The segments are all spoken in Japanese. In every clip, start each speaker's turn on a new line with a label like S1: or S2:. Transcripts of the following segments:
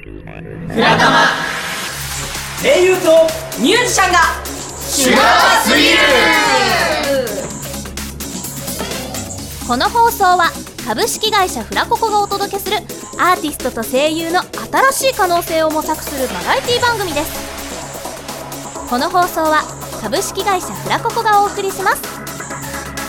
S1: フラタマ
S2: 声優と
S1: ミュージシャンがシュガーすぎる
S3: この放送は株式会社フラココがお届けするアーティストと声優の新しい可能性を模索するバラエティ番組ですこの放送は株式会社フラココがお送りします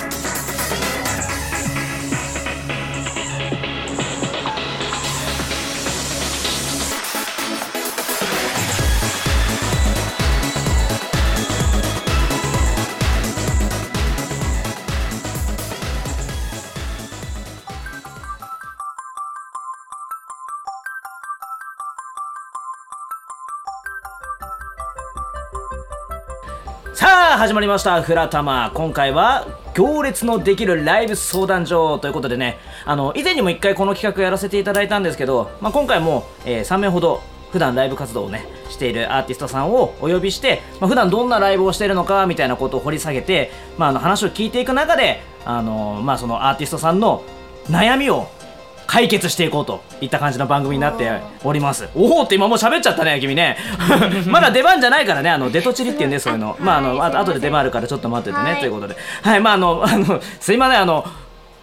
S2: さあ始まりました「フラタマ」今回は行列のできるライブ相談所ということでねあの以前にも一回この企画やらせていただいたんですけど、まあ、今回も、えー3名ほど普段ライブ活動をねしているアーティストさんをお呼びして、まあ、普段どんなライブをしているのかみたいなことを掘り下げて、まあ、あの話を聞いていく中であの、まあ、そのアーティストさんの悩みを解決していこうといった感じの番組になっておりますおおって今もう喋っちゃったね君 ねまだ出番じゃないからねあのデトチリっていうんでそういうのまああのあ後で出番あるからちょっと待っててね、
S3: はい
S2: ということではいまああのあのすいませんあの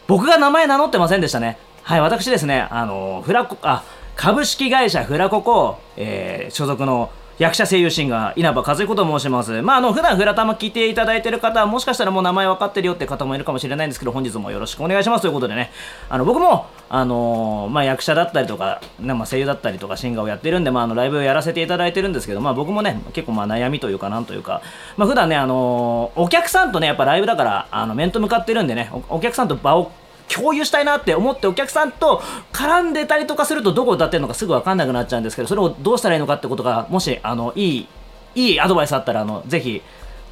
S2: 僕が名前名乗ってませんでしたねはい私ですねあのフラコあ株式会社フラココ、えー所属の役者声優シンガー稲葉和彦と申しますまああの普段フラタマ聞いていただいてる方はもしかしたらもう名前分かってるよって方もいるかもしれないんですけど本日もよろしくお願いしますということでねあの僕もあのーまあ役者だったりとか、ねまあ、声優だったりとかシンガーをやってるんでまああのライブやらせていただいてるんですけどまあ僕もね結構まあ悩みというかなんというかまあ普段ねあのーお客さんとねやっぱライブだからあの面と向かってるんでねおお客さんと場を共有したいなって思ってお客さんと絡んでたりとかするとどこを歌ってるのかすぐ分かんなくなっちゃうんですけどそれをどうしたらいいのかってことがもしあのいいいいアドバイスあったらあのぜひ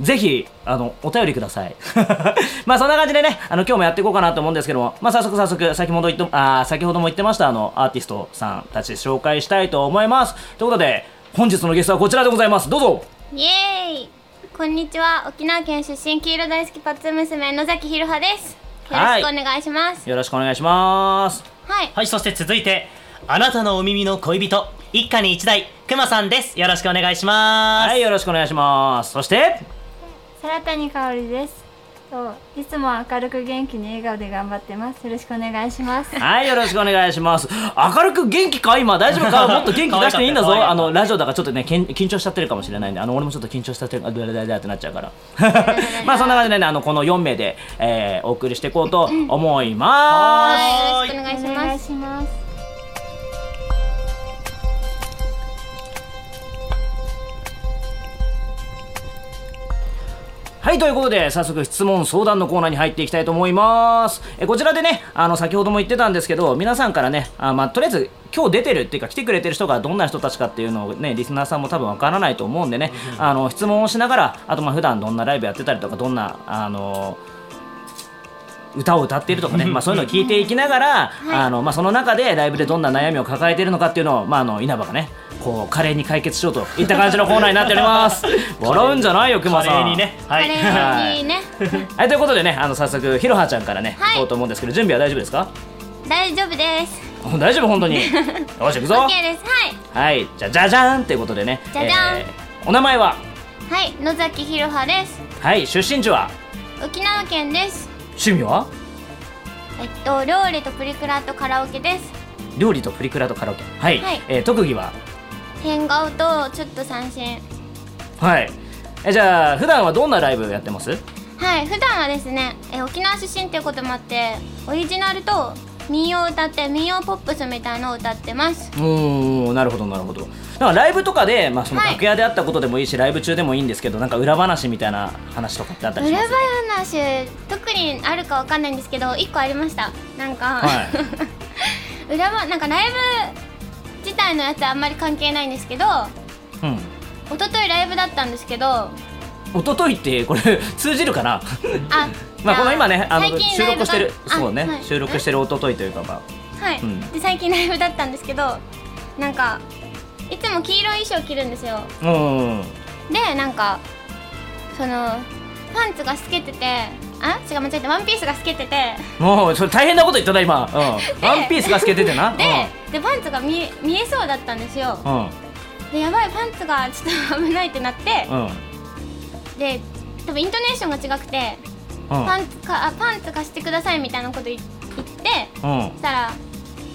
S2: ぜひあのお便りください まあそんな感じでねあの今日もやっていこうかなと思うんですけどもまあ早速早速先ほど言ってあー先ほども言ってましたあのアーティストさんたち紹介したいと思いますということで本日のゲストはこちらでございますどうぞ
S4: イエーイこんにちは沖縄県出身黄色大好きパッツン娘野崎ひろはですよろ
S2: は
S4: し
S2: い
S4: くお願いします
S2: よろしくお願いします
S4: はい、
S5: はい、そして続いて、あなたのお耳の恋人、一家に一台、くまさんです。よろしくお願いします。
S2: はいよろしくお願いしますそして
S6: 皿谷香織ですといつも明るく元気に笑顔で頑張ってますよろしくお願いします
S2: はい、よろしくお願いします。明るく元気か今大丈夫 かもっと元気出していいんだ
S5: 可愛
S2: ぞ。
S5: かった
S2: あの、ラジオだからちょっとね、けん緊張しちゃってるかもしれないんで、あの、俺もちょっと緊張しちゃってるから、ドラドラドラってなっちゃうから。 まあ、そんな感じでね、あの、この4名で、えーお送りしていこうと思いま
S4: はい、よろしくお願いし
S6: お願
S4: ま
S6: い
S4: す
S6: します
S2: す。はい、ということで、早速質問相談のコーナーに入っていきたいと思います。えこちらでね、あの、先ほども言ってたんですけど、皆さんからね、あまあ、とりあえず、今日出てるっていうか来てくれてる人がどんな人たちかっていうのをねリスナーさんも多分わからないと思うんでねあの質問をしながらあとまあ普段どんなライブやってたりとかどんなあの歌を歌っているとかね、まあ、そういうのを聞いていきながら、あのまあ、その中でライブでどんな悩みを抱えているのかっていうのを、まあ、あの稲葉がねこう華麗に解決しようといった感じのコーナーになっております 笑うんじゃないよくま
S5: 華
S2: さ
S5: 麗
S2: ん
S5: にね。はい。
S4: カレーにね、
S2: はいということでねあの早速ひろはちゃんからね、
S4: はい
S2: い、こうと思うんですけど準備は大丈夫ですか
S4: 大丈夫です
S2: 大丈夫本 当によし行くぞ
S4: OK ですは
S2: はいじゃじゃじゃーんってことでね
S4: じゃじゃーん
S2: ーお名前はい
S4: はい野崎ひろはです
S2: はい出身地は
S4: 沖縄県です
S2: 趣味は
S4: えっと料理とプリクラとカラオケです
S2: 料理とプリクラとカラオケはい、
S4: はい
S2: えー特技は
S4: 変顔とちょっと三振
S2: はいえじゃあ普段はどんなライブやってます
S4: はい普段はですねえ沖縄出身っていうこともあってオリジナルと民謡を歌って民謡ポップスみたいのを歌ってます
S2: うーんなるほどなるほどだからライブとかで、まあ、その
S4: はい
S2: 楽屋であったことでもいいし、ライブ中でもいいんですけどなんか裏話みたいな話とかってあったりし
S4: 裏
S2: ます
S4: 話特にあるかわかんないんですけど1個ありましたなんか、
S2: は
S4: 裏話なんかライブ自体のやつはあんまり関係ないんですけど
S2: うん
S4: 一昨日ライブだったんですけどあ
S2: 一昨日ってこれ通じるかなまあこの今ねあの収録してるそうね、収録して
S4: る
S2: る一昨日というかまあ
S4: はい、
S2: うん
S4: で最近ライブだったんですけどなんかいつも黄色い衣装着るんですよ
S2: うーん
S4: でなんかそのパンツが透けててあ違う間違えたワンピースが透けてて
S2: もうそれ大変なこと言ったな今、うん、ワンピースが透けててな
S4: で、でパンツが見え見えそうだったんですよ
S2: うんうん
S4: でやばいパンツがちょっと危ないってなって
S2: うん
S4: で多分イントネーションが違くて
S2: うん
S4: パンツかあパンツ貸してくださいみたいなこと言言って
S2: うん
S4: そしたら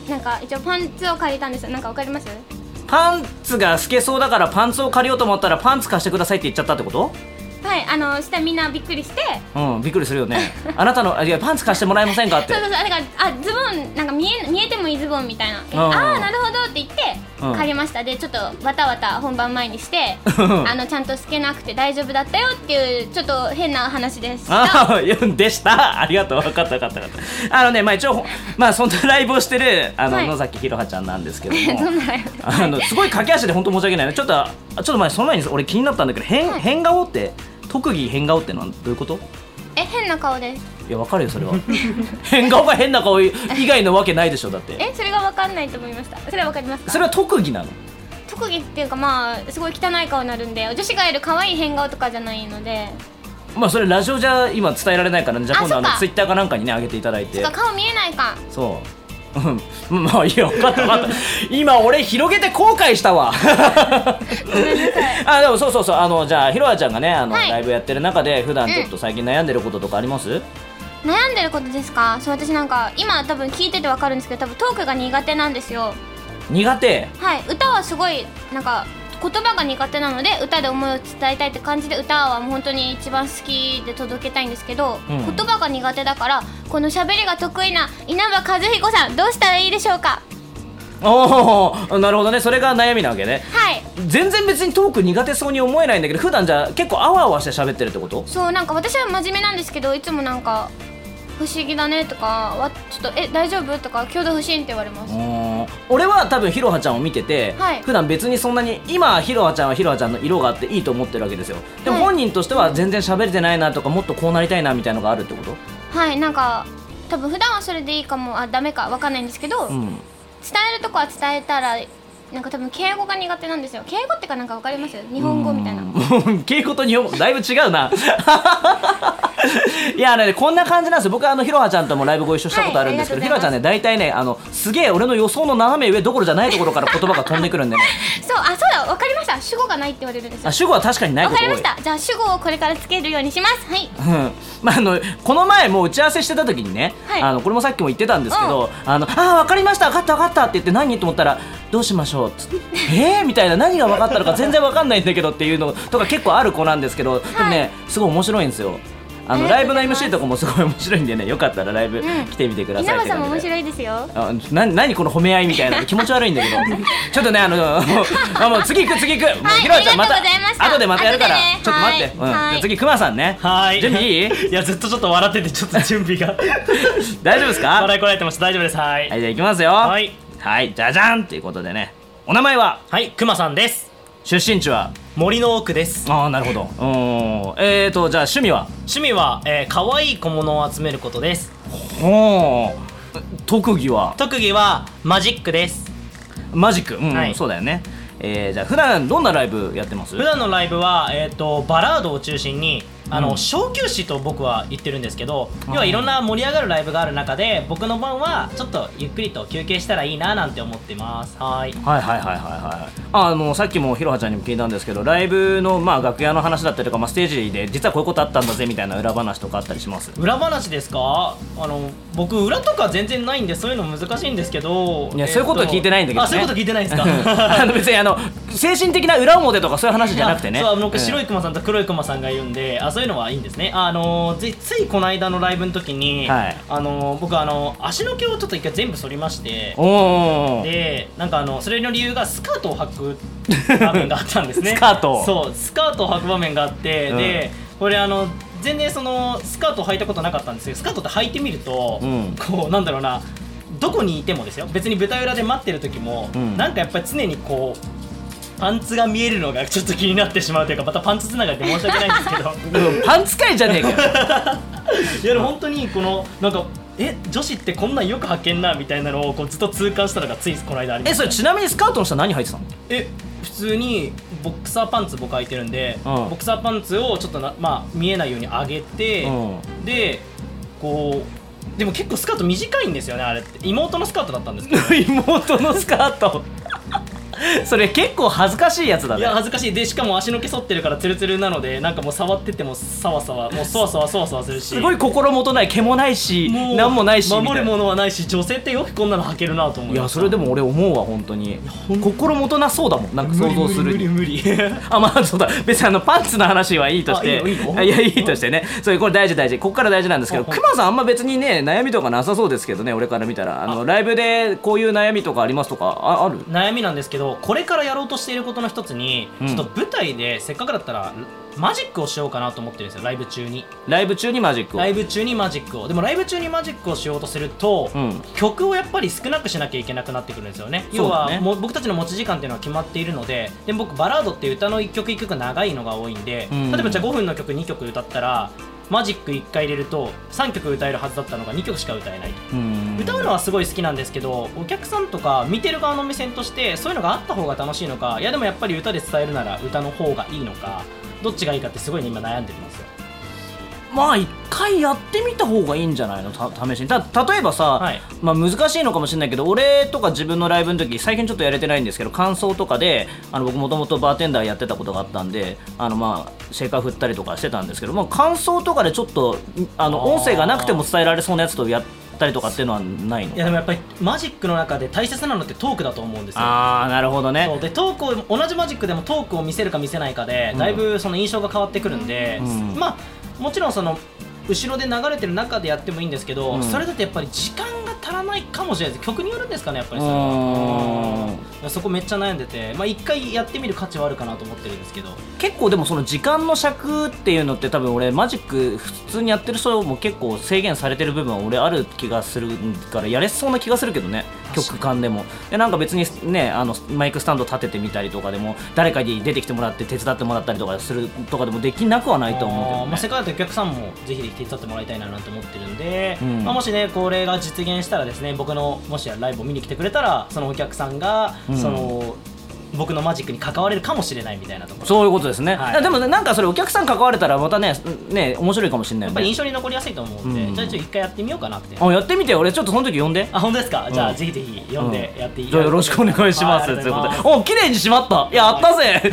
S4: なんか一応パンツを借りたんですよなんかわかります
S2: パンツが透けそうだからパンツを借りようと思ったらパンツ貸してくださいって言っちゃったってこと
S4: はいあのしたらみんなびっくりして
S2: うんびっくりするよ ねあなたのあいやパンツ貸してもらえませんかって
S4: そうそうそうだからあズボンなんか見え見えてもいいズボンみたいな
S2: うん
S4: ああなるほどって言って
S2: うん
S4: 借りましたでちょっとわたわた本番前にして
S2: うん
S4: あのちゃんと透けなくて大丈夫だったよっていうちょっと変な話です
S2: ああ、いやでした。ありがとう。分かった分かった分かった。あのね、まあ一応、まあそんなライブをしてる、あの、
S4: はい
S2: 野崎ひろはちゃんなんですけど
S4: どん
S2: も。
S4: なライブです
S2: あの、すごい駆け足で本当申し訳ないな。ちょっと、あちょっと前、その前に俺気になったんだけど、変、変顔って、特技変顔ってのはどういうこと
S4: え変な顔です
S2: いや、わかるよ、それは。 変顔が変な顔以外のわけないでしょ、だって。
S4: えそれがわかんないと思いましたそれはわかりますか
S2: それは特技なの
S4: 特技っていうかまあすごい汚い顔になるんで女子がいる可愛い変顔とかじゃないので
S2: まあそれラジオじゃ今伝えられないからね、じゃあ今度
S4: あ
S2: あ
S4: そっか
S2: のツイッターかなんかにね、上げていただいて
S4: そっ。か顔見えないか
S2: そう。うん、 まあいいよ分かった分かった今俺広げて後悔した わあでもそうそうそうあのじゃあひろあちゃんがねあの、
S4: はい
S2: ライブやってる中で普段ちょっと最近悩んでることとかあります、
S4: 悩んでることですかそう私なんか今多分聞いててわかるんですけど多分トークが苦手なんですよ
S2: 苦手
S4: はい歌はすごいなんか言葉が苦手なので歌で思いを伝えたいって感じで歌はもう本当に一番好きで届けたいんですけど、
S2: うん
S4: 言葉が苦手だからこの喋りが得意な稲葉和彦さんどうしたらいいでしょうか
S2: おお なるほどねそれが悩みなわけね
S4: はい
S2: 全然別にトーク苦手そうに思えないんだけど普段じゃあ結構あわあわして喋ってるってこと
S4: そうなんか私は真面目なんですけどいつもなんか「不思議だね」とかわ「ちょっとえ大丈夫?」とか「挙動不審」って言われま
S2: う
S4: す
S2: ーん俺は多分ひろはちゃんを見てて、
S4: はい
S2: 普段別にそんなに今ひろはちゃんはひろはちゃんの色があっていいと思ってるわけですよでも
S4: はい
S2: 本人としては全然喋れてないなとかもっとこうなりたいなみたいのがあるってこと、
S4: はいなんか多分普段はそれでいいかもあダメかわかんないんですけど、
S2: う
S4: 伝
S2: ん、
S4: えるとこは伝えたらなんか多分敬語が苦手なんですよ敬語ってかなんかわかります日本語みたいな
S2: うん敬語と日本語だいぶ違うな いやあのねこんな感じなんですよ僕はあのひろはちゃんともライブご一緒したことあるんですけど、
S4: は
S2: ひ
S4: い
S2: ろは
S4: あり
S2: ちゃ
S4: が
S2: ん
S4: と
S2: ね大体ねあのすげえ俺の予想の斜め上どころじゃないところから言葉が飛んでくるんでね
S4: そうあそうだわかりました主語がないって言われるんです
S2: あ
S4: よ
S2: 主語は確かにない
S4: わ
S2: こと
S4: か
S2: 多い
S4: りましたじゃあ主語をこれからつけるようにしますはい
S2: うんまあ、あのこの前もう打ち合わせしてた時にね、
S4: はい
S2: あのこれもさっきも言ってたんですけど「あのあー分かりました分かった分かった」って言って何と思ったら「どうしましょう」つ って「えー?」みたいな何が分かったのか全然分かんないんだけどっていうのとか結構ある子なんですけど、でもねすごい面白いんですよ。あの
S4: あり
S2: ラ
S4: が
S2: イ
S4: と
S2: ブ
S4: うご
S2: の
S4: ざい
S2: MC とかもす
S4: ます
S2: ごい面白いんでねよかったらライブ
S4: ん
S2: 来てみてくだ
S4: 稲
S2: さいっ
S4: 葉
S2: て
S4: さんも
S2: 感
S4: 面
S2: じで。
S4: 白いですよ
S2: あな何この褒め合いみたいな気持ち悪いんだけ どちょっとねあの もうあもう次行く次行く、もう
S4: はい
S2: ひろやちゃんまた
S4: ありがとうございました
S2: 後でまたやるから、
S4: 後でね
S2: ちょっと待って、
S4: はい
S2: うん
S4: はい
S2: じゃあ次くまさんね
S5: はーい
S2: 準備 いい
S5: いやずっとちょっと笑っててちょっと準 備が
S2: 大丈夫ですかは
S5: 笑
S2: い
S5: いこられてます大丈夫ですはい
S2: じゃあ行きますよ
S5: は
S2: はいじゃじゃんということでねお名前は
S5: はいくまさんです
S2: 出身地は
S5: 森の奥です
S2: ああなるほどうーんえーとじゃあ趣味は
S5: 趣味は、えー、可愛い小物を集めることです
S2: ほー特技は
S5: 特技はマジックです
S2: マジックうん、
S5: はい
S2: そうだよねえー、じゃあ普段どんなライブやってます
S5: 普段のライブは、えー、とバラードを中心にあの、
S2: うん
S5: 小休止と僕は言ってるんですけど
S2: あー
S5: 要はいろんな盛り上がるライブがある中で僕の番はちょっとゆっくりと休憩したらいいななんて思ってますはい
S2: はいはいはいはいはいあのさっきもひろはちゃんにも聞いたんですけどライブの、まあ、楽屋の話だったりとか、まあ、ステージで実はこういうことあったんだぜみたいな裏話とかあったりします
S5: 裏話ですかあの僕裏とか全然ないんでそういうの難しいんですけど
S2: いや、そういうことは聞いてないんだけど、ね、
S5: あそういうこと聞いてないんで す
S2: あ
S5: か
S2: の別にあの精神的な裏表とかそういう話じゃなくてね
S5: そうあの僕
S2: うん
S5: 白いクマさんと黒いクマさんがいるんであそういうのはいいんですねあのついついこの間のライブの時に、
S2: はい
S5: あの僕あの足の毛をちょっと一回全部剃りまして
S2: おーおー
S5: でなんかあのそれの理由がスカートを履く場面があったんです ね
S2: スカートを
S5: そうスカートを履く場面があって、
S2: うん
S5: でこれあの全然そのスカートを履いたことなかったんですけどスカートって履いてみると、
S2: うん
S5: こうなんだろうなどこにいてもですよ別に舞台裏で待ってる時も、
S2: うん
S5: なんかやっぱり常にこうパンツが見えるのがちょっと気になってしまうというかまたパンツつながりで申し訳ないんです けど
S2: うんパンツかいじゃねえかよ
S5: いやでも本当にこのなんかえ女子ってこんなんよく履けんなみたいなのをこうずっと痛感したのがついこの間ありま
S2: え
S5: した
S2: それちなみにスカートの下何履いてたの
S5: え普普通にボクサーパンツ僕履いてるんで、
S2: うん
S5: ボクサーパンツをちょっとな、まあ、見えないように上げて、
S2: う
S5: でこうでも結構スカート短いんですよねあれって妹のスカートだったんですけど
S2: 妹のスカート それ結構恥ずかしいやつだ
S5: い
S2: ね
S5: や恥ずかしいでしかも足の毛剃ってるからツルツルなのでなんかもう触っててもサワサワもうそわそわそわそわするし
S2: すごい心もとない毛もないし
S5: もう
S2: 何もないしみたいな
S5: 守るものはないし女性ってよくこんなの履けるなと思
S2: いやそれでも俺思うわ本当に心もとなそうだもんなんか
S5: 無
S2: 想
S5: 理
S2: 像
S5: 無
S2: す
S5: 理
S2: る
S5: 無
S2: に
S5: 理無理
S2: あまあそうだ別にあのパンツの話はいいとして
S5: あいいよいいよ
S2: あやいいとしてねそれこれ大事大事ここから大事なんですけど
S5: あは
S2: ク
S5: い
S2: マさんあんま別にね悩みとかなさそうですけどね俺から見たらあのライブでこういう悩みとかありますとかあある
S5: 悩みなんですけどこれからやろうとしていることの一つに、
S2: うん
S5: ちょっと舞台でせっかくだったらマジックをしようかなと思ってるんですよライブ中に
S2: ライブ中にマジックを
S5: ライブ中にマジックをでもライブ中にマジックをしようとすると、
S2: うん
S5: 曲をやっぱり少なくしなきゃいけなくなってくるんですよね要
S2: そうだね
S5: はもう僕たちの持ち時間っていうのは決まっているのでで僕バラードっていう歌の1曲1曲長いのが多いんで、
S2: うん
S5: 例えばじゃあ5分の曲2曲歌ったらマジック1回入れると3曲歌えるはずだったのが2曲しか歌えないと
S2: うん
S5: 歌うのはすごい好きなんですけどお客さんとか見てる側の目線としてそういうのがあった方が楽しいのかいやでもやっぱり歌で伝えるなら歌の方がいいのかどっちがいいかってすごいね今悩んでるんですよ
S2: まあ一回やってみた方がいいんじゃないのた試しにた例えばさ、
S5: はい
S2: まあ、難しいのかもしれないけど俺とか自分のライブの時最近ちょっとやれてないんですけど感想とかであの僕もともとバーテンダーやってたことがあったんであのまあシェイカー振ったりとかしてたんですけど、まあ、感想とかでちょっとあの
S5: あー
S2: 音声がなくても伝えられそうなやつとやったりとかっていうのはないの
S5: いやでもやっぱりマジックの中で大切なのってトークだと思うんですよ
S2: ああなるほど
S5: そう
S2: ね
S5: でトークを同じマジックでもトークを見せるか見せないかで、
S2: うん
S5: だいぶその印象が変わってくるんで、
S2: うん
S5: まあもちろんその後ろで流れてる中でやってもいいんですけど、
S2: うん
S5: それだとやっぱり時間が足らないかもしれないです曲によるんですかねやっぱ
S2: う
S5: りそれは
S2: ーん
S5: うんそこめっちゃ悩んでてまあ一回やってみる価値はあるかなと思ってるんですけど
S2: 結構でもその時間の尺っていうのって多分俺マジック普通にやってる人も結構制限されてる部分は俺ある気がするからやれそうな気がするけどね曲間でもでなんか別にねあのマイクスタンド立ててみたりとかでも誰かに出てきてもらって手伝ってもらったりとかするとかでもできなくはないとは
S5: あ
S2: 思
S5: ー
S2: う
S5: まあ、
S2: け
S5: 世
S2: どね
S5: 界でお客さんもぜひ手伝ってもらいたいななんて思ってるんで、
S2: うん
S5: まあ、もしねこれが実現したらですね僕のもしやライブを見に来てくれたらそのお客さんが、
S2: うん
S5: その僕のマジックに関われるかもしれないみたいなところ
S2: そういうことですね、
S5: はい
S2: いやでもねなんかそれお客さん関われたらまたねね面白いかもしれない
S5: や
S2: よ
S5: っぱり
S2: ね
S5: 印象に残りやすいと思うんで、
S2: うん
S5: じゃあちょっと一回やってみようかなって
S2: あやってみてよ俺ちょっとその時呼んで
S5: あ本当ですか、じゃ
S2: う
S5: あ
S2: ん
S5: ぜひぜひ読んでやってい
S2: じゃあよろしくお願いします。
S5: は
S2: と
S5: あ
S2: い
S5: り
S2: う
S5: が
S2: こ
S5: ござます
S2: とで、お綺麗にしまった。やった ぜ。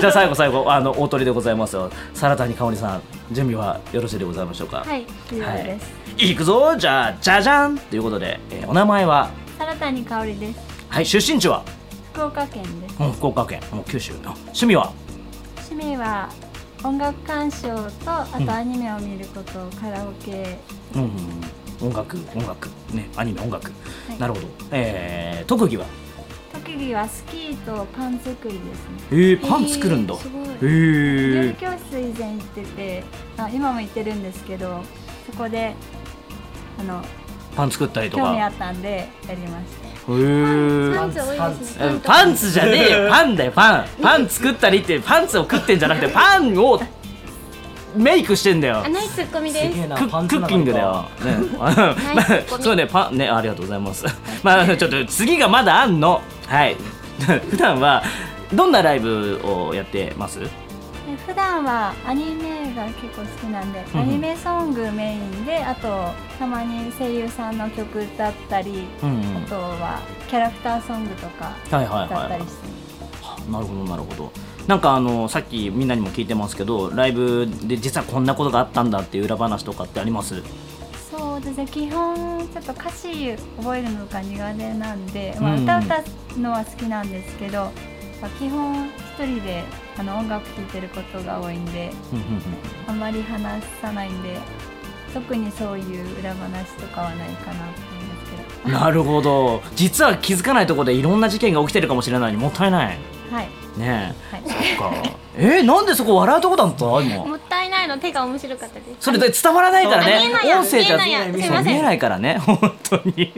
S2: じゃあ最後最後あの大鳥でございますよ。サラタニ香織さん、準備はよろしいでございましょうか。
S4: はい
S6: 以上です、
S2: い。くぞ。じゃあじゃじゃんということで、えーお名前は、
S6: サラタニ香りです
S2: はい出身地は、
S6: 福岡県です
S2: うん、福岡県、うん、九州の趣味は。
S6: 趣味は音楽鑑賞とあとアニメを見ること、カラオケ
S2: うんうんうん、音楽音楽ねアニメ音楽、
S6: い
S2: なるほど、えー、特技は
S6: 特技はスキーとパン作りですね
S2: えー、パン作るんだ
S4: えーすごい
S2: え
S6: 料
S2: ー
S6: 理、教室以前行っててあ今も行ってるんですけどそこであの
S2: パン作ったりと
S6: 興味あ
S2: か
S6: ったんでやりました
S2: えー
S4: パンツ多いですね
S2: パンツじゃねえよパンだよパンパン作ったりってパンツを食ってんじゃなくてパンをメイクしてんだよ
S4: あナイスツッコミです
S5: げえな
S2: ク
S5: パン
S2: ク
S5: ツ
S2: ッ
S5: な
S2: キングだよ、ね、あのま
S4: ナイス
S2: あそうねパンねありがとうございますまあちょっと次がまだあんのはい普段はどんなライブをやってます
S6: で普段はアニメが結構好きなんで、
S2: うん
S6: アニメソングメインであとたまに声優さんの曲だったり、
S2: うんうん
S6: あとはキャラクターソングとか
S2: はいはい
S6: だ
S2: は
S6: っ
S2: い
S6: たりして、
S2: なるほどなるほどなんかあのさっきみんなにも聞いてますけどライブで実はこんなことがあったんだっていう裏話とかってあります
S6: そうですね基本ちょっと歌詞覚えるのが苦手なんで、まあ、
S2: うん
S6: 歌歌うのは好きなんですけど、まあ基本一人であの音楽聴いてることが多いんで
S2: うんうんうん
S6: あんまり話さないんで特にそういう裏話とかはないかなと思いますけ
S2: なるほど実は気づかないところでいろんな事件が起きてるかもしれないのにもったいない
S6: どはい
S2: ね
S6: はい
S2: えそっかえー、なんでそこ笑うとこだった今
S4: もったいないの手が面白かったです
S2: それで伝わらないから
S4: あ見
S2: ね
S4: えないや
S2: 音声じゃ
S4: 見えないやすい
S2: そう
S4: ません
S2: 見えないからね本当に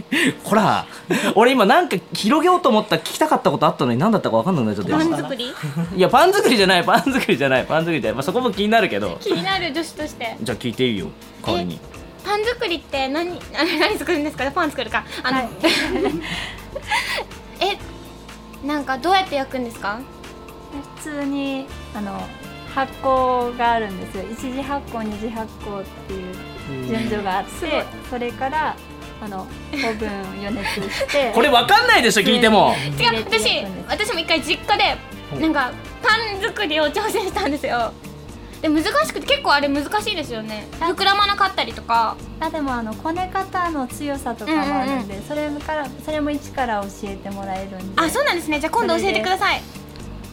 S2: ほら俺今なんか広げようと思った聞きたかったことあったのに何だったか分かんなくなっちゃった
S4: パン
S2: よ
S4: 作り
S2: いやパン作りじゃないパン作りじゃないパン作りじゃない、まあ、そこも気になるけど
S4: 気になる女子として
S2: じゃあ聞いていいよ代わりに
S4: パン作りって何 あ何作るんですかパン作るかあの、
S6: はい
S4: えなんかどうやって焼くんですか
S6: 普通にあの発行があるんですよ一次発行二次発行っていう順序があってそれからあのオ分余熱し て
S2: これわかんないでしょ聞いても
S4: 違う私私も一回実家
S5: うん
S4: でなんかパン作りを挑戦したんですよで難しくて結構あれ難しいですよね膨らまなかったりとか
S6: あでもあのこね方の強さとかもあるんで、それからそれも一から教えてもらえるんで
S4: あそうなんですねじゃあ今度教えてください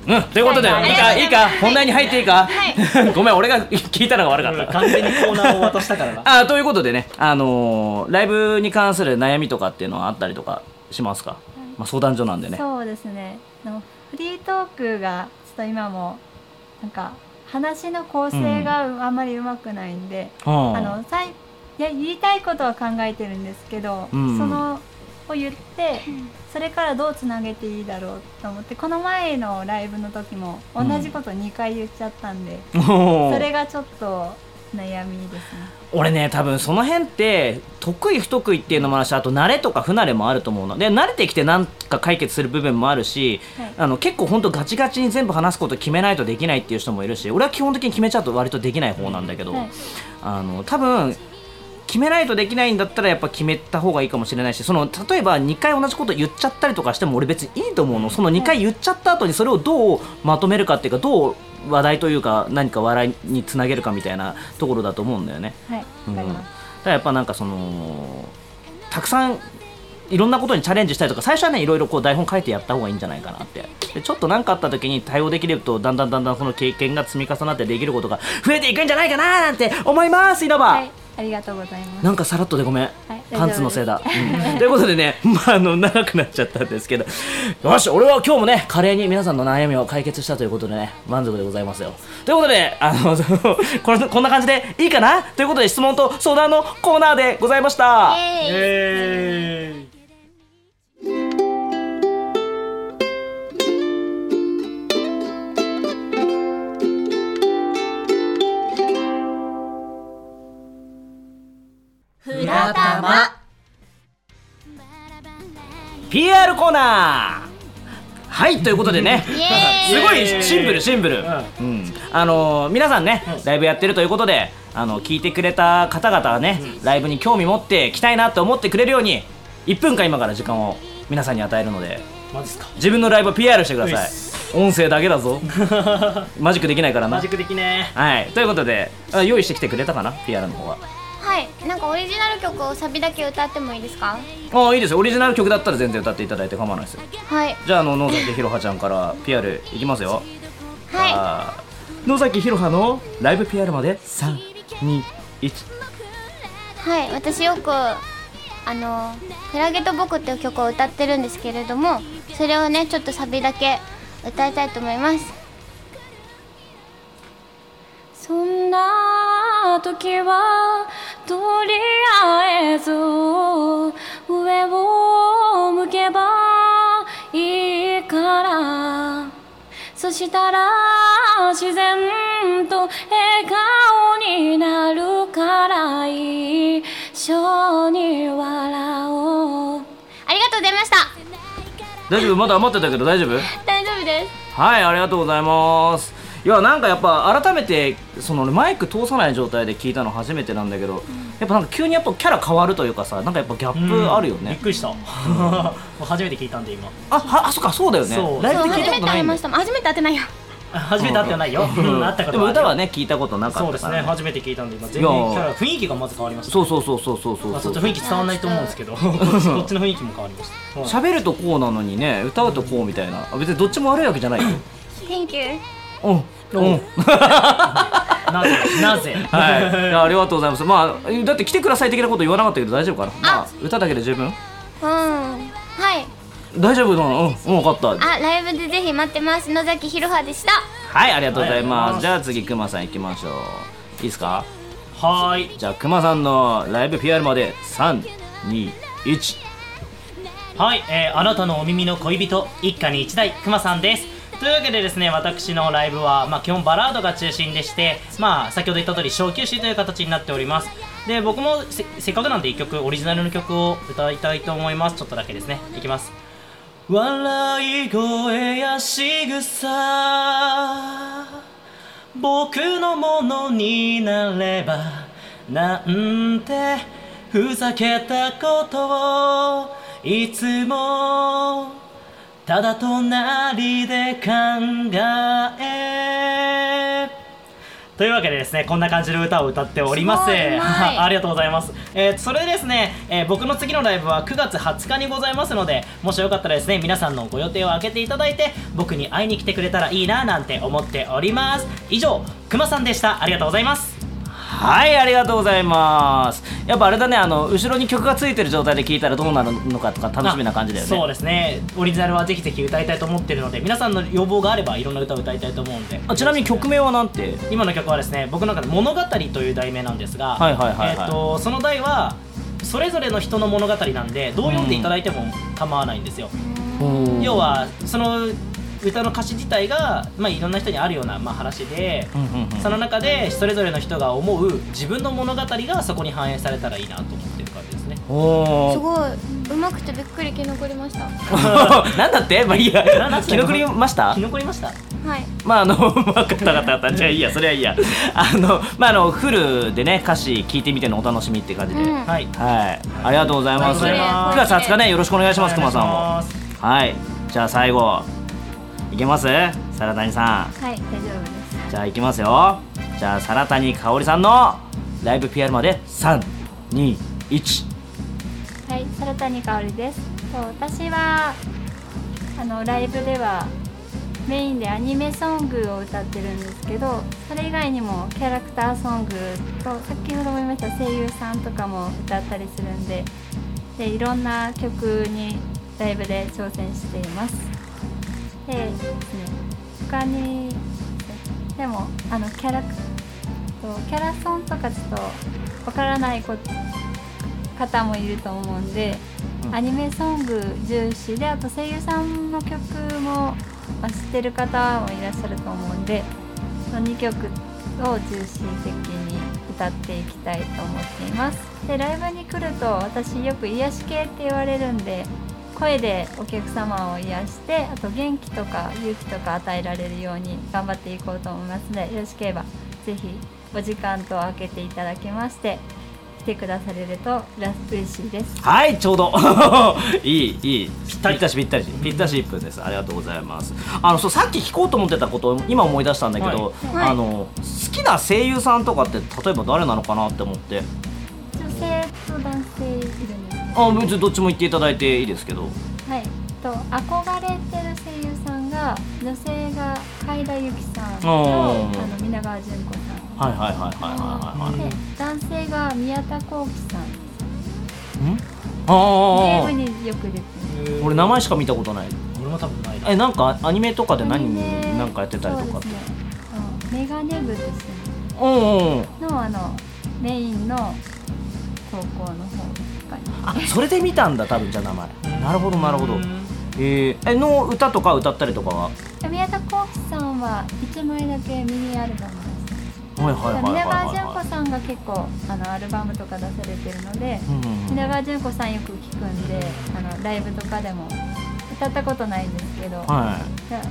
S2: うんということでいい
S4: はい
S2: か
S4: はい
S2: いいか本題に入っていいか
S4: は
S2: ごめん俺が聞いたのが悪か
S5: 俺
S2: った
S5: 完全にコーナーを渡したか らな
S2: あということでね、あのーライブに関する悩みとかっていうのはあったりとかしますか、まあ、相談所なんでね
S6: そうですねあのフリートークがちょっと今もなんか話の構成があんまりうまくないんで、
S2: うん
S6: あのさいいや言いたいことは考えてるんですけど、
S2: うん
S6: そのを言ってそれからどうつなげていいだろうと思ってこの前のライブの時も同じこと2回言っちゃったんで、
S2: もう
S6: それがちょっと悩みですね。
S2: 俺ね多分その辺って得意不得意っていうのもあるしあと慣れとか不慣れもあると思うので慣れてきてなんか解決する部分もあるし、
S6: はい
S2: あの結構ほんとガチガチに全部話すこと決めないとできないっていう人もいるし俺は基本的に決めちゃうと割とできない方なんだけど、
S6: はい
S2: あの多分決めないとできないんだったらやっぱ決めた方がいいかもしれないしその例えば2回同じこと言っちゃったりとかしても俺別にいいと思うのその2回言っちゃった後にそれをどうまとめるかっていうかどう話題というか何か笑いにつなげるかみたいなところだと思うんだよね。
S6: はい、わ
S2: うん、
S6: か
S2: だ
S6: り
S2: か
S6: ます。
S2: らやっぱなんかそのたくさんいろんなことにチャレンジしたりとか最初はねいろいろこう台本書いてやった方がいいんじゃないかなってでちょっと何かあった時に対応できるとだんだんだんだんその経験が積み重なってできることが増えていくんじゃないかななんて思います稲葉、
S6: はい、ありがとうございます。
S2: なんかさらっとでごめん、
S6: 大丈夫です
S2: パンツのせ いだ、うんということでね、まあ、あの長くなっちゃったんですけどよし俺は今日もね華麗に皆さんの悩みを解決したということでね満足でございますよということであの これこんな感じでいいかなということで質問と相談のコーナーでございました、
S4: えー
S5: えー
S1: フラタマ
S2: PR コーナーはいということでね
S4: イ
S2: す
S4: エーイ
S2: ごいシンプルシンプル、うんあのー皆さんねライブやってるということであの聞いてくれた方々はね、ライブに興味持って来たいなと思ってくれるように1分間今から時間を皆さんに与えるので
S5: マジっすか
S2: 自分のライブを PR してくだ
S5: う
S2: さい
S5: いっ
S2: 音声だけだ ぞマジックできないから
S5: マ
S2: な
S5: ジック的ね
S2: はいということであ用意してきてくれたかな PR の方は
S4: はいなんかオリジナル曲をサビだけ歌ってもいいですか
S2: ああいいですよオリジナル曲だったら全然歌っていただいて構わないですよ
S4: はい
S2: じゃああの野崎ひろはちゃんから PR いきますよ
S4: は
S2: あー野崎ひろはのライブ PR まで321
S4: いはい私よくあの「クラゲと僕」っていう曲を歌ってるんですけれどもそれをねちょっとサビだけ歌いたいと思います
S7: そんな時はとりあえず上を向けばいいからそしたら自然と笑顔になるから一緒に笑おう
S4: ありがとうございました
S2: 大丈夫まだ余ってたけど大丈夫
S4: 大丈夫です
S2: はいありがとうございますいやなんかやっぱ改めてそのマイク通さない状態で聞いたの初めてなんだけど、やっぱなんか急にやっぱキャラ変わるというかさなんかやっぱギャップあるよ
S5: うんびっ
S2: ね、
S5: くりした もう初めて聞いたんで今
S2: あはあそっかそうだよね
S5: そう
S2: ライ
S4: そ
S2: ブで
S4: う
S2: 聞
S4: 初
S2: いたこ
S4: め
S2: と
S4: て会
S2: ない
S4: い
S2: んだ
S4: ましたもん初めて会ってないよ
S5: 初めて会ってはないようん会った
S2: で
S5: こと
S2: も
S5: はあるよ
S2: 歌はね聞いたことなかったから
S5: そうですね初めて聞いたんで今全然
S2: い
S5: キ
S2: や
S5: ャラ雰囲気がまず変わりました
S2: そうそうそうそうそう
S5: ま
S2: そうそう
S5: あちょっと雰囲気伝わらないと思うんですけ どこっちこっちの雰囲気も変わりましたはい
S2: 喋るとこうなのにね歌うとこうみたいなあ別にどっちも悪いわけじゃないよ
S4: Thank you
S2: うんうん
S5: なぜなぜ
S2: はいいやありがとうございますまあだって来てください的なこと言わなかったけど大丈夫かなまあ歌だけで十分
S4: うんはい
S2: 大丈夫なのうんもう分かった
S4: あライブでぜひ待ってます野崎ひろはでした
S2: はいありがとうございます、
S5: はい
S2: じゃあ次くまさん行きましょういいですか
S5: はーい
S2: じゃあくまさんのライブ PR まで321
S5: はい、えーあなたのお耳の恋人一家に一台くまさんですというわけでですね私のライブは、まあ、基本バラードが中心でして、まあ、先ほど言った通り小休止という形になっておりますで僕もせせっかくなんで1曲オリジナルの曲を歌いたいと思いますちょっとだけですねいきます笑い声や仕草僕のものになればなんてふざけたことをいつもただ隣で考えというわけでですねこんな感じの歌を歌っております
S4: すごいうまい
S5: ありがとうございます、えーそれでですね、えー僕の次のライブは9月20日にございますのでもしよかったらですね皆さんのご予定を空けていただいて僕に会いに来てくれたらいいななんて思っております以上くまさんでしたありがとうございます
S2: はいありがとうございますやっぱあれだねあの後ろに曲がついてる状態で聴いたらどうなるのかとか楽しみな感じだよね
S5: あそうですねオリジナルはぜひぜひ歌いたいと思ってるので皆さんの要望があればいろんな歌を歌いたいと思うんで
S2: あちなみに曲名はなんて
S5: 今の曲はですね僕の中で「物語」という題名なんですが、
S2: はいはいはいはい
S5: えー、とその題はそれぞれの人の物語なんでどう読んでいただいても構わないんですよ、要はその歌の歌詞自体が、まあ、いろんな人にあるような、まあ、話で、
S2: うんうんうん
S5: その中でそれぞれの人が思う自分の物語がそこに反映されたらいいなと思ってる感じですね
S2: お
S4: す
S2: ー
S4: ごいうまくてびっくり生き残りましたは
S2: なんだってまあいいや
S5: なんだっ
S2: 記
S5: て
S2: き残りました
S5: 生き残りました
S4: い
S2: まああの 分かった分かった分かったじゃあいいやそれはいいやあのまああのフルでね歌詞聞いてみてのお楽しみって感じで、
S4: うん
S5: はい
S2: はいありがとうございます
S5: あ
S2: 9
S5: りが
S2: 月20日ねよろしくお願いしますくまさん
S5: お
S2: も
S5: 願いします
S2: はいじゃあ最後いけますサラダニさん
S4: はい
S6: 大丈夫です
S2: じゃあ行きますよじゃあさらたにかおりさんのライブ PR まで321
S6: はい、サラタニカオリです。そう私はあのライブではメインでアニメソングを歌ってるんですけど、それ以外にもキャラクターソングと先ほども言いました声優さんとかも歌ったりするんで、でいろんな曲にライブで挑戦しています。でですね、他にでもあのキャラクとキャラソンとかちょっとわからないこと方もいると思うんで、アニメソング重視であと声優さんの曲も、まあ、知ってる方もいらっしゃると思うんでその2曲を中心的に歌っていきたいと思っていますでライブに来ると私よく癒し系って言われるんで声でお客様を癒してあと元気とか勇気とか与えられるように頑張っていこうと思いますのでよろしければぜひお時間と空けていただきまして来てくだされると嬉しいです。
S2: はいちょうど いいいいぴったりだしぴったりしぴったし1分ですありがとうございますあのそうさっき聞こうと思ってたことを今思い出したんだけど、
S4: はい
S2: あの好きな声優さんとかって例えば誰なのかなって思って
S6: 女性と男性いるんですけ
S2: あ別にどっちも言っていただいていいですけど
S6: どはい。と憧れてる声優さんが女性が海田由紀さんと
S2: お
S6: あ
S2: ー
S6: の皆川純子さ
S2: はいはいはいはいはいはい
S6: んで男性が宮田幸輝さん
S2: はいあ
S6: ゲー
S2: ー
S6: ムによく出てる
S2: 俺名前しか見たことない
S5: 俺も多分ないな
S2: えなんかアニメとかで何
S6: アニメ
S2: なんかやってたりとか
S6: そ
S2: っ
S6: う
S2: て
S6: ですね。うんメガネ部ですね
S2: うんうん
S6: のあのメインの高校の方とかに
S2: あそれで見たんだ多分じゃあ名前なるほどなるほど
S5: うん
S2: えーえの歌とか歌ったりとかは
S6: で宮田幸輝さんは1枚だけミニアルバムです
S2: はいはいはいはい
S6: 皆川
S2: はい
S6: 純
S2: は
S6: 子
S2: い
S6: さんが結構あのアルバムとか出されてるので
S2: うんうんうん
S6: 皆川純子さんよく聞くんであのライブとかでも歌ったことないんですけど、
S2: は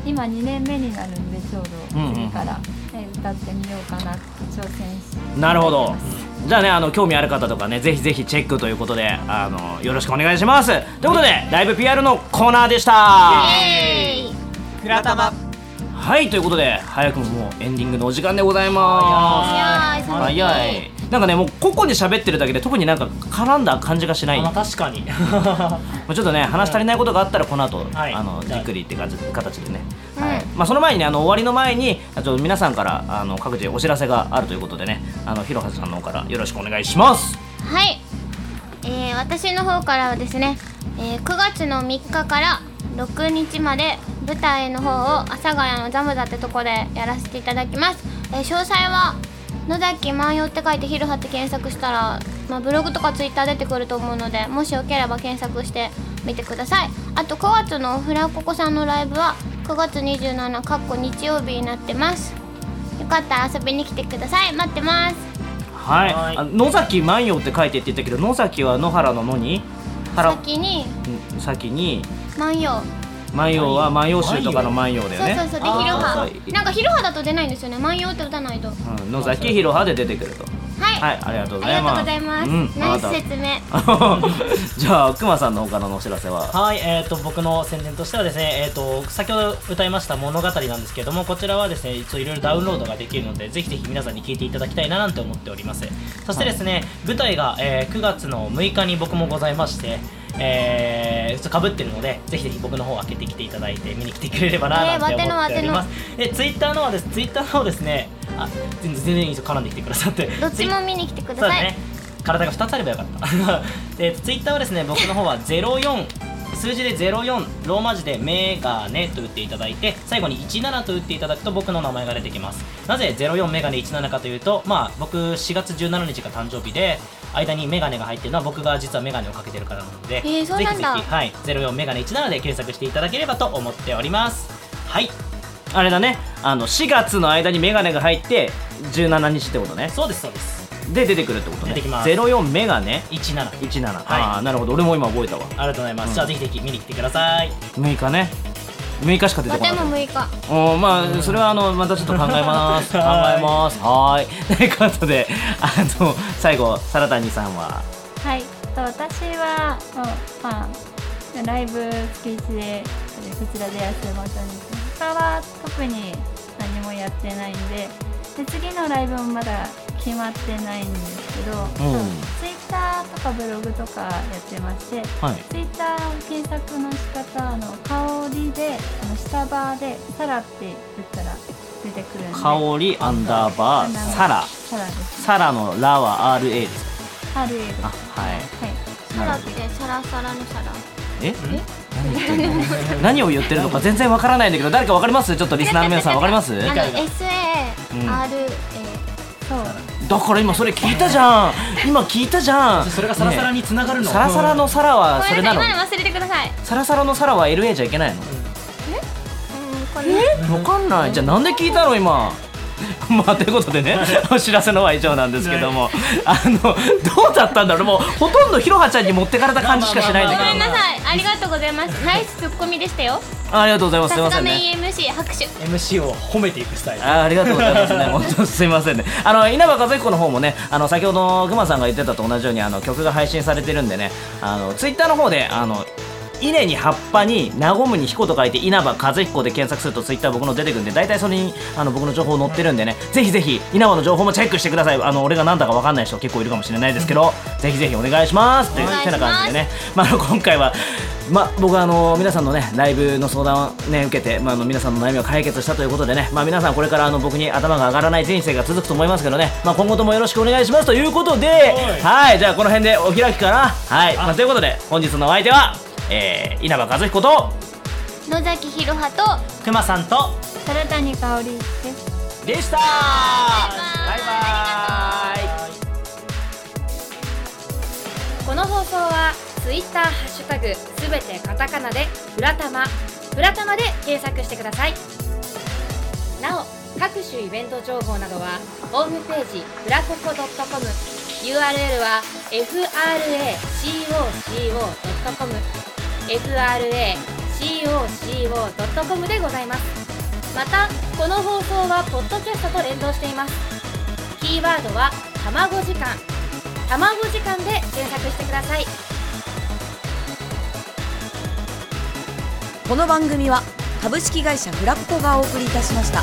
S6: 今2年目になるんでちょうど
S2: うんうん
S6: 次から、ね歌ってみようかなって挑戦して
S2: いなるほどじゃあねあの興味ある方とかねぜひぜひチェックということであのよろしくお願いしますということでライブ PR のコーナーでした
S5: 倉玉
S2: はいということで早くももうエンディングのお時間でございま
S4: 早い
S2: す早いなんかねもう個々で喋ってるだけで特になんか絡んだ感じがしない
S5: あ確かに
S2: ま あちょっとね話足りないことがあったらこの後、
S5: はい
S2: あの
S5: じ
S2: じ
S5: ゃあ
S2: っくりって感じ形でね、
S4: うん
S2: はいまあ、その前にねあの終わりの前にあと皆さんからあの各自お知らせがあるということでねあのひろはさんの方からよろしくお願いします
S4: はい、えー私の方からはですね、えー9月の3日から6日まで舞台の方を阿佐ヶ谷のザムザってとこでやらせていただきます、えー詳細は野崎万葉って書いて「ひるは」って検索したら、まあ、ブログとかツイッター出てくると思うのでもしよければ検索してみてくださいあと9月のフラココさんのライブは9月27かっこ日曜日になってますよかったら遊びに来てください待ってます
S2: はい
S5: はい
S2: あ野崎万葉って書いてって言ったけど野崎は野原の野に原
S4: 先に
S2: うん先に
S4: 万葉
S2: 万葉は万葉集とかの万葉だよ
S4: そう
S2: ね
S4: そうそうで
S5: あー
S4: 広葉
S2: そう
S4: なんか広葉だと出ないんですよね万葉って打たないとはい
S2: うん野崎ひろはで出てくるとはいありがとうございます
S4: ありがとう
S2: う
S4: ございま
S2: ん
S4: すナイ
S2: あ
S4: ス
S2: なた
S4: 説明
S2: じゃあくまさんの他のお知らせは
S5: はい、えー、と僕の宣伝としてはですね、えー、と先ほど歌いました物語なんですけれどもこちらはですね一応いろいろダウンロードができるのでぜひぜひ皆さんに聴いていただきたいななんて思っておりますそしてですね、舞台が、えー9月の6日に僕もございましてえー、かぶってるのでぜひぜひ僕の方を開けてきていただいて見に来てくれればななんて思っております、でツイッターのはですツイッターの方ですねあ全然全然いいですよ絡んできてくださって
S4: どっちも見に来てくだ
S5: そうだ
S4: さい、
S5: ね体が2つあればよかった えツイッター Twitter はですね僕の方は04数字で04ローマ字でメガネと打っていただいて最後に17と打っていただくと僕の名前が出てきますなぜ04メガネ17かというとまあ僕4月17日が誕生日で間にメガネが入ってるのは僕が実はメガネをかけてるからなので、
S4: えーそうなんだ
S5: ぜひぜひ、はい、04メガネ17で検索していただければと思っておりますはい
S2: あれだねあの4月の間にメガネが入って17日ってことね
S5: そうですそうです
S2: で出てくるってことね
S5: 出てきます
S2: 04メガネ
S5: 17
S2: 17、ああなるほど俺も今覚えたわ
S5: ありがとうございます、
S2: うん
S5: じゃあぜひぜひ見に来てください
S2: 6日ね6日しか出て
S4: ま
S2: こな
S4: た
S2: い
S4: も6日
S2: おーまあそれはあのまたちょっと考えます考え
S5: はい
S2: ますはーいと いうことであの最後サラタニさんは
S6: はい、と私はもうまあライブ月一でこちらでやってもらったんですけど他は特に何もやってないんでで次のライブもまだ決まってないんですけど、
S2: うん
S6: ツイッターとかブログとかやってまして
S2: はい
S6: ツイッター検索の仕方あの香りであの下バーでサラって言ったら出てくるんで
S2: 香りアンダーバーサラ
S6: サラです
S2: サラのラは RA です
S6: あるです
S2: あはい
S6: はい
S4: サラってサラサラのサラ
S2: え何言ってんの何を言ってるのか全然わからないんだけど誰かわかりますちょっとリスナーの皆さんわかります
S4: あの
S5: 回だ
S4: SARA
S6: そう
S2: だから今それ聞いたじゃん今聞いたじゃん
S5: それがサラサラ
S2: ね
S5: につながるの、
S2: サラサラのサラは
S4: ご
S2: そ
S4: め
S2: れ
S4: んな
S2: なの
S4: さい今の忘れてください
S2: サラサラのサラは LA じゃいけないの
S4: うんこれ
S2: わかんない。じゃあなんで聞いたの今。 まあということでね、お知らせのは以上なんですけども、あのどうだったんだろう。もうほとんどひろはちゃんに持ってかれた感じしかしないんだ
S4: ごめん
S2: け
S4: なさいありがとうございますナイスツッコミでしたよ
S2: ど。ありがとうございます。
S4: さ
S2: すみませ
S4: すが
S2: んね。
S4: メイン MC 拍手
S5: MC を褒めていくスタイル
S2: あありがとうございます ね、本当すいませんね、あの稲葉和彦の方もね、あの先ほど熊さんが言ってたと同じようにあの曲が配信されてるんでね、あのツイッターの方で、あの稲に葉っぱに和むに彦と書いて稲葉和彦で検索するとツイッター僕の出てくるんで大体それにあの僕の情報載ってるんでねぜひぜひ稲葉の情報もチェックしてくださいあの俺が何だか分かんない人結構いるかもしれないですけどぜひぜひお願いしますっていう
S4: お願い
S2: て
S4: します
S2: な感じでね、まあ、あの今回は、まあ、僕はあの皆さんのねライブの相談を、ね、受けて、まあ、あの皆さんの悩みを解決したということでね、まあ、皆さんこれからあの僕に頭が上がらない人生が続くと思いますけどね、まあ、今後ともよろしくお願いしますということで
S5: はい
S2: はいじゃあこの辺でお開きかなはい、まあ、ということで本日のお相手は、えー稲葉和彦と
S4: 野崎ひろはと
S5: くまさんと
S6: サラダに香りです
S2: でしたバイバイ
S8: この放送はツイッターハッシュタグすべてカタカナでフラタマフラタマで検索してくださいなお各種イベント情報などはホームページフラココ .com URL は fracoco.com fracoco.com でございますまたこの放送はポッドキャストと連動していますキーワードは卵時間卵時間で検索してください
S1: この番組は株式会社フラッコがお送りいたしました